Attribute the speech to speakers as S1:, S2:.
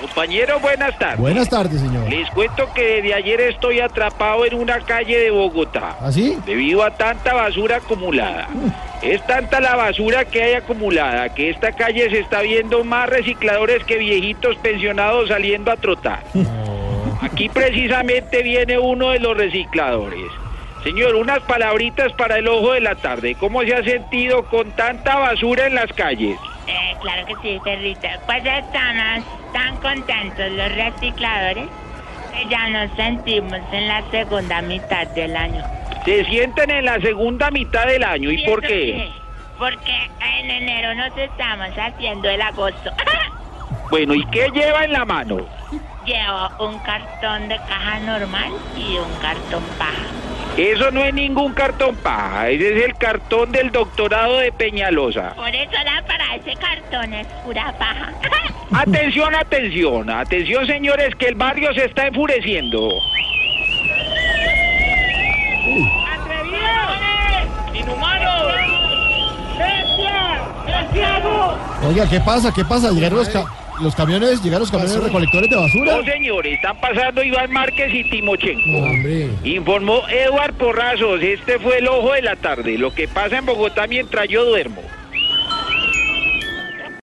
S1: Compañero, buenas tardes.
S2: Buenas tardes, señor.
S1: Les cuento que desde ayer estoy atrapado en una calle de Bogotá.
S2: ¿Así?
S1: Debido a tanta basura acumulada. Es tanta la basura que hay acumulada que esta calle se está viendo más recicladores que viejitos pensionados saliendo a trotar. Aquí precisamente viene uno de los recicladores. Señor, unas palabritas para el ojo de la tarde. ¿Cómo se ha sentido con tanta basura en las calles?
S3: Eh, claro que sí, Perrita. Pues estamos tan contentos los recicladores que ya nos sentimos en la segunda mitad del año.
S1: Se sienten en la segunda mitad del año. ¿Y
S3: eso
S1: por qué?
S3: sí, Porque en enero nos estamos haciendo el agosto.
S1: Bueno, ¿y qué lleva en la mano?
S3: Llevo un cartón de caja normal y un cartón paja.
S1: Eso no es ningún cartón paja, ese es el cartón del doctorado de Peñalosa.
S3: Por eso la para ese cartón es pura paja.
S1: Atención, atención, atención señores, que el barrio se está enfureciendo.
S3: ¡Atrevidos! ¡Inhumanos! ¡Bestia! ¡Bestiago!
S2: Oiga, ¿qué pasa? ¿Qué pasa? Llegaron los, ca- los camiones, llegaron los camiones recolectores de basura.
S1: No señores, están pasando Iván Márquez y
S2: No,
S1: Timochenko.
S2: hombre.
S1: Informó Eduard Porrazos, este fue el ojo de la tarde, lo que pasa en Bogotá mientras yo duermo.